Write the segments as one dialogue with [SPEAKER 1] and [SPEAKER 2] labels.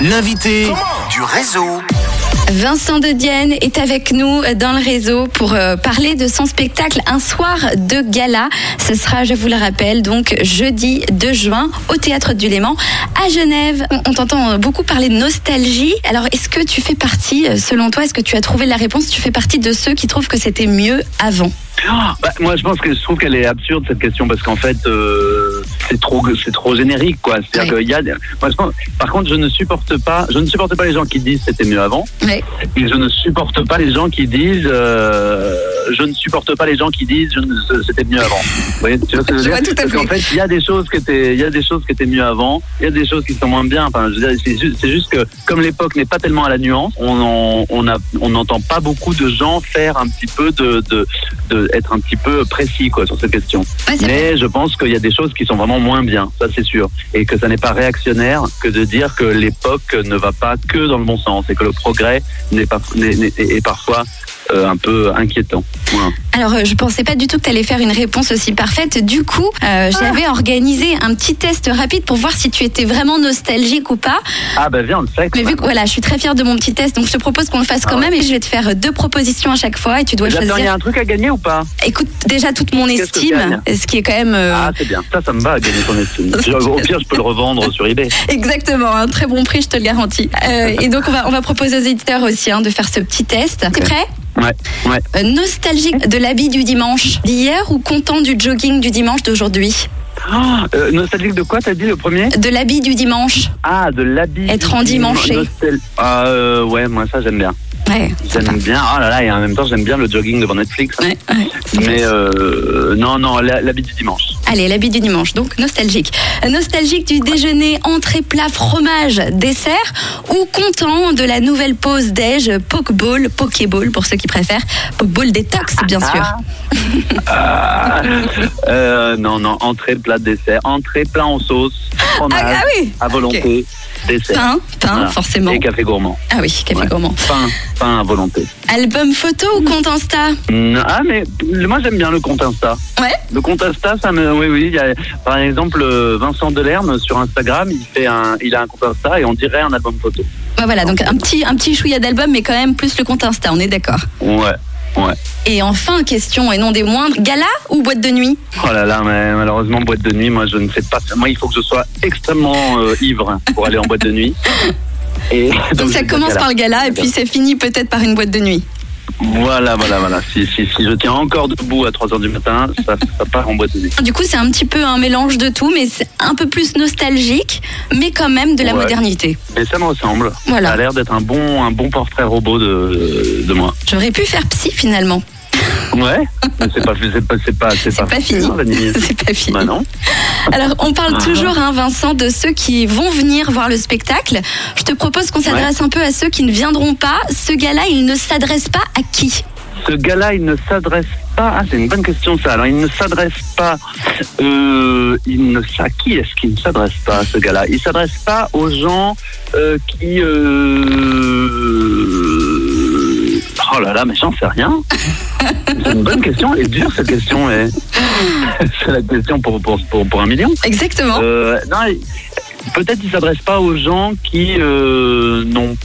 [SPEAKER 1] l'invité du réseau.
[SPEAKER 2] Vincent de Dienne est avec nous euh, dans le réseau pour euh, parler de son spectacle Un soir de gala. Ce sera, je vous le rappelle, donc jeudi 2 juin au Théâtre du Léman à Genève. On, on t'entend euh, beaucoup parler de nostalgie. Alors, est-ce que tu fais partie, euh, selon toi, est-ce que tu as trouvé la réponse Tu fais partie de ceux qui trouvent que c'était mieux avant
[SPEAKER 3] Bah, moi, je pense que je trouve qu'elle est absurde cette question parce qu'en fait, euh, c'est trop, c'est trop générique, quoi. C'est-à-dire
[SPEAKER 2] Ouais.
[SPEAKER 3] qu'il y a, des- moi, je pense- par contre, je ne supporte pas, je ne supporte pas les gens qui disent c'était mieux avant,
[SPEAKER 2] Ouais.
[SPEAKER 3] et je ne supporte pas les gens qui disent, euh, je ne supporte pas les gens qui disent je ne- c'était mieux avant. Vous voyez, tu vois ce que je veux
[SPEAKER 2] Je
[SPEAKER 3] dire
[SPEAKER 2] vois tout à
[SPEAKER 3] Parce
[SPEAKER 2] fait.
[SPEAKER 3] qu'en fait, il y a des choses qui étaient, il y a des choses qui étaient mieux avant, il y a des choses qui sont moins bien. Enfin, je veux dire, c'est juste, c'est juste que comme l'époque n'est pas tellement à la nuance, on en- on a, on n'entend pas beaucoup de gens faire un petit peu de, de, de être un petit peu précis quoi sur cette question.
[SPEAKER 2] Ouais, c'est-
[SPEAKER 3] Mais je pense qu'il y a des choses qui sont vraiment moins bien, ça c'est sûr. Et que ça n'est pas réactionnaire que de dire que l'époque ne va pas que dans le bon sens et que le progrès n'est pas, n'est- n'est- est parfois euh, un peu inquiétant. Voilà.
[SPEAKER 2] Alors, euh, je pensais pas du tout que tu allais faire une réponse aussi parfaite. Du coup, euh, j'avais organisé un petit test rapide pour voir si tu étais vraiment nostalgique ou pas.
[SPEAKER 3] Ah ben viens, on le fait.
[SPEAKER 2] Mais vu que voilà, je suis très fière de mon petit test, donc je te propose qu'on le fasse
[SPEAKER 3] Ah
[SPEAKER 2] quand même et je vais te faire deux propositions à chaque fois et tu dois
[SPEAKER 3] J'attends, il y a
[SPEAKER 2] choisir.
[SPEAKER 3] un truc à gagner ou pas
[SPEAKER 2] Écoute, déjà toute mon
[SPEAKER 3] Qu'est-ce que je
[SPEAKER 2] estime, ce qui est quand même euh,
[SPEAKER 3] Ah c'est bien, ça ça me va à gagner ton estime. Je- Au pire je peux le revendre sur eBay.
[SPEAKER 2] exactement un très bon prix, je te le garantis. Euh, et donc on va on va proposer aux éditeurs aussi hein, de faire ce petit test. T'es prêt
[SPEAKER 3] Ouais, ouais.
[SPEAKER 2] Euh, Nostalgique de l'habit du dimanche d'hier ou content du jogging du dimanche d'aujourd'hui
[SPEAKER 3] Ah, euh, nostalgique de quoi t'as dit le premier
[SPEAKER 2] De l'habit du dimanche.
[SPEAKER 3] Ah de l'habit.
[SPEAKER 2] Être endimanché.
[SPEAKER 3] Nostal- Ah euh, ouais, moi ça j'aime bien.
[SPEAKER 2] Ouais. sympa.
[SPEAKER 3] J'aime bien, oh là là, et en même temps j'aime bien le jogging devant Netflix.
[SPEAKER 2] Ouais, ouais, c'est
[SPEAKER 3] Mais
[SPEAKER 2] classe.
[SPEAKER 3] euh, non, non, la- l'habit du dimanche.
[SPEAKER 2] Allez, l'habit du dimanche, donc nostalgique. Euh, Nostalgique du déjeuner, entrée, plat, fromage, dessert, ou content de la nouvelle pause déj, pokeball, pokéball pour ceux qui préfèrent, pokeball détox bien sûr.
[SPEAKER 3] Euh, non, non, entrée, plat, dessert. Entrée, plat en sauce,
[SPEAKER 2] Ah,
[SPEAKER 3] fromage,
[SPEAKER 2] ah oui,
[SPEAKER 3] à volonté, dessert.
[SPEAKER 2] pain, pain
[SPEAKER 3] Voilà.
[SPEAKER 2] forcément.
[SPEAKER 3] Et café gourmand.
[SPEAKER 2] Ah oui, café
[SPEAKER 3] Ouais.
[SPEAKER 2] gourmand.
[SPEAKER 3] Pain, pain à volonté.
[SPEAKER 2] Album photo ou compte Insta
[SPEAKER 3] Mm, Ah, mais le- moi j'aime bien le compte Insta.
[SPEAKER 2] Ouais.
[SPEAKER 3] Le compte Insta, ça me. Oui, oui. il y a- par exemple, euh, Vincent Delerme sur Instagram, il, fait un, il a un compte Insta et on dirait un album photo.
[SPEAKER 2] Ouais, Bah, Voilà, donc un petit, un petit chouïa d'album, mais quand même plus le compte Insta, on est d'accord.
[SPEAKER 3] Ouais, ouais.
[SPEAKER 2] Et enfin, question et non des moindres, gala ou boîte de nuit
[SPEAKER 3] Oh là là, mais malheureusement, boîte de nuit, moi je ne sais pas. Moi, il faut que je sois extrêmement euh, ivre pour aller en boîte de nuit. Et
[SPEAKER 2] Donc ça
[SPEAKER 3] je-
[SPEAKER 2] commence
[SPEAKER 3] voilà.
[SPEAKER 2] par le gala et puis c'est fini peut-être par une boîte de nuit.
[SPEAKER 3] Voilà, voilà, voilà. Si, si, si je tiens encore debout à 3h du matin, ça, ça part en boîte de nuit.
[SPEAKER 2] Du coup, c'est un petit peu un mélange de tout, mais c'est un peu plus nostalgique, mais quand même de la
[SPEAKER 3] Ouais.
[SPEAKER 2] modernité.
[SPEAKER 3] Mais ça me ressemble.
[SPEAKER 2] Voilà.
[SPEAKER 3] Ça a l'air d'être un bon, un bon portrait robot de, de moi.
[SPEAKER 2] J'aurais pu faire psy finalement.
[SPEAKER 3] Ouais Mais c'est pas, c'est pas, c'est pas,
[SPEAKER 2] C'est pas fini.
[SPEAKER 3] la nuit.
[SPEAKER 2] C'est pas fini.
[SPEAKER 3] Bah non.
[SPEAKER 2] Alors, on parle
[SPEAKER 3] Ah.
[SPEAKER 2] toujours, hein, Vincent, de ceux qui vont venir voir le spectacle. Je te propose qu'on s'adresse un peu à ceux qui ne viendront pas. Ce gars-là, il ne s'adresse pas à qui
[SPEAKER 3] Ce gars-là, il ne s'adresse pas. Ah, c'est une bonne question ça. Alors, il ne s'adresse pas. Euh, il ne s'a- qui est-ce qu'il ne s'adresse pas ce gars-là Il s'adresse pas aux gens euh, qui. euh, Oh là là, mais j'en sais rien. C'est une bonne question. Elle est dure cette question. eh. C'est la question pour pour pour, pour un million.
[SPEAKER 2] Exactement.
[SPEAKER 3] Euh, non, il- peut-être il s'adresse pas aux gens qui euh, n'ont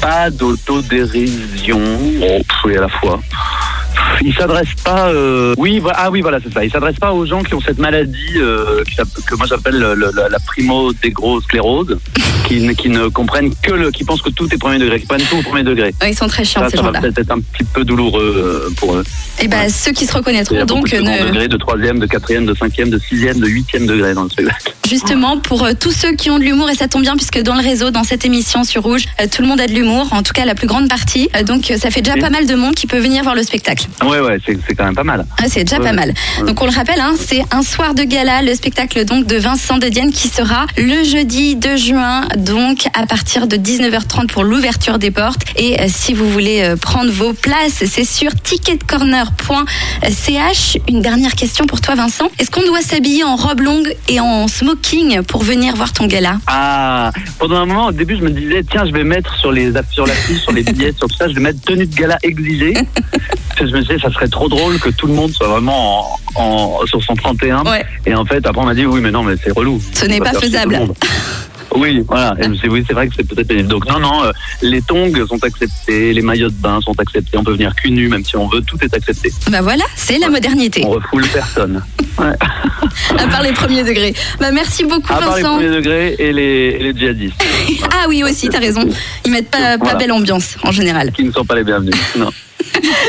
[SPEAKER 3] pas d'autodérision. Oh, pff, oui, à la fois. Il s'adresse pas. euh, Oui, vo- ah oui, voilà, c'est ça. Il s'adresse pas aux gens qui ont cette maladie euh, qui s'app- que moi j'appelle le- le- la, la primo-dégrosclérose, qui, ne- qui ne comprennent que le, qui pensent que tout est premier degré, qui prennent tout au premier degré.
[SPEAKER 2] Ouais, ils sont très chiants,
[SPEAKER 3] Ça,
[SPEAKER 2] ces
[SPEAKER 3] ça va
[SPEAKER 2] gens-là.
[SPEAKER 3] peut-être être un petit peu douloureux euh, pour eux.
[SPEAKER 2] Et ben, ceux qui se
[SPEAKER 3] Il y
[SPEAKER 2] reconnaîtront
[SPEAKER 3] a beaucoup
[SPEAKER 2] donc, euh,
[SPEAKER 3] de second
[SPEAKER 2] ne-
[SPEAKER 3] degré, de troisième, de quatrième, de cinquième, de sixième, de huitième degré dans le spectacle.
[SPEAKER 2] Justement, pour euh, tous ceux qui ont de l'humour, et ça tombe bien puisque dans le réseau, dans cette émission sur Rouge, euh, tout le monde a de l'humour, en tout cas la plus grande partie. Euh, donc euh, ça fait déjà
[SPEAKER 3] Oui.
[SPEAKER 2] pas mal de monde qui peut venir voir le spectacle.
[SPEAKER 3] Ouais, ouais, c'est c'est quand même pas mal.
[SPEAKER 2] Ah, c'est déjà
[SPEAKER 3] Ouais,
[SPEAKER 2] pas mal.
[SPEAKER 3] ouais.
[SPEAKER 2] Donc on le rappelle, hein, c'est un soir de gala, le spectacle donc de Vincent de Dienne qui sera le jeudi 2 juin, donc à partir de 19h30 pour l'ouverture des portes. Et euh, si vous voulez euh, prendre vos places, c'est sur ticketcorner.ch. Une dernière question pour toi, Vincent. Est-ce qu'on doit s'habiller en robe longue et en smoking pour venir voir ton gala
[SPEAKER 3] Ah, pendant un moment, au début, je me disais, tiens, je vais mettre sur les sur l'affiche, sur les billets, sur tout ça, je vais mettre tenue de gala exigée. Parce que je me disais, ça serait trop drôle que tout le monde soit vraiment en, en- sur son 31.
[SPEAKER 2] Ouais.
[SPEAKER 3] Ah Et en fait, après, on m'a dit, oui, mais non, mais c'est relou.
[SPEAKER 2] Ce n'est
[SPEAKER 3] On va
[SPEAKER 2] pas
[SPEAKER 3] faire chier
[SPEAKER 2] faisable.
[SPEAKER 3] tout le monde. Oui, voilà. Et je me suis dit, oui, c'est vrai que c'est peut-être pénible. Donc, non, non, euh, les tongs sont acceptés, les maillots de bain sont acceptés, on peut venir cul nu même si on veut, tout est accepté.
[SPEAKER 2] Bah voilà, c'est la modernité,
[SPEAKER 3] On refoule personne. Ouais.
[SPEAKER 2] à part les premiers degrés. Bah merci beaucoup,
[SPEAKER 3] À part les
[SPEAKER 2] Vincent.
[SPEAKER 3] premiers degrés et les, et les djihadistes,
[SPEAKER 2] Ah oui, aussi, t'as raison. Ils mettent pas, pas
[SPEAKER 3] Voilà.
[SPEAKER 2] belle ambiance en général.
[SPEAKER 3] qui ne sont pas les bienvenus. Non.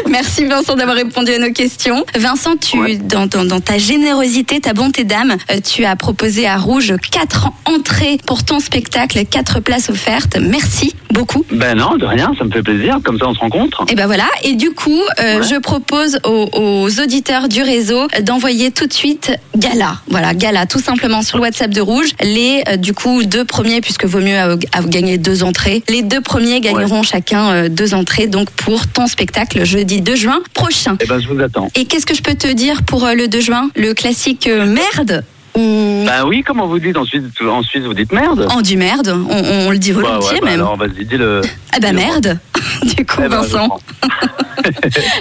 [SPEAKER 2] Merci Vincent d'avoir répondu à nos questions. Vincent, tu,
[SPEAKER 3] Ouais.
[SPEAKER 2] dans, dans- dans ta générosité, ta bonté d'âme, euh, tu as proposé à Rouge quatre entrées pour ton spectacle, quatre places offertes. Merci beaucoup.
[SPEAKER 3] Ben non, de rien, ça me fait plaisir. Comme ça, on se rencontre.
[SPEAKER 2] Et ben voilà. Et du coup, euh,
[SPEAKER 3] Ouais.
[SPEAKER 2] je propose aux, aux auditeurs du réseau euh, d'envoyer tout de suite Gala. Voilà, Gala, tout simplement sur le WhatsApp de Rouge. Les euh, du coup deux premiers, puisque vaut mieux euh, à- gagner deux entrées. Les deux premiers gagneront chacun euh, deux entrées, donc pour ton spectacle jeudi 2 juin prochain.
[SPEAKER 3] Eh ben, je vous attends.
[SPEAKER 2] Et qu'est-ce que je peux te dire pour euh, le 2 juin Le classique euh, merde ou
[SPEAKER 3] Ben oui, comment vous dites ensuite En Suisse, vous dites merde
[SPEAKER 2] en du merde On, on- on le dit
[SPEAKER 3] Bah
[SPEAKER 2] Oh, volontiers
[SPEAKER 3] ouais, bah
[SPEAKER 2] même.
[SPEAKER 3] alors vas-y, dis-le.
[SPEAKER 2] ah bah
[SPEAKER 3] dis-le.
[SPEAKER 2] merde Du coup,
[SPEAKER 3] Eh ben, je
[SPEAKER 2] Vincent.
[SPEAKER 3] prends.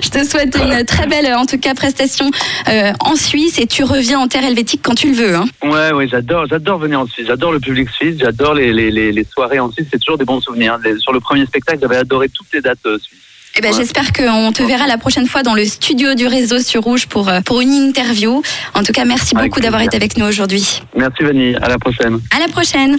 [SPEAKER 2] Je te souhaite une très belle, euh, en tout cas, prestation euh, en Suisse et tu reviens en terre helvétique quand tu le veux. hein.
[SPEAKER 3] Ouais, ouais, j'adore, j'adore venir en Suisse, j'adore le public suisse, j'adore les, les, les, les soirées en Suisse, c'est toujours des bons souvenirs. Les- sur le premier spectacle, j'avais adoré toutes les dates euh, suisses.
[SPEAKER 2] Eh ben,
[SPEAKER 3] Ouais.
[SPEAKER 2] J'espère qu'on te verra la prochaine fois dans le studio du réseau sur Rouge pour, euh, pour une interview. En tout cas, merci
[SPEAKER 3] Avec
[SPEAKER 2] beaucoup d'avoir été
[SPEAKER 3] plaisir.
[SPEAKER 2] avec nous aujourd'hui.
[SPEAKER 3] Merci Vanny, à la prochaine.
[SPEAKER 2] À la prochaine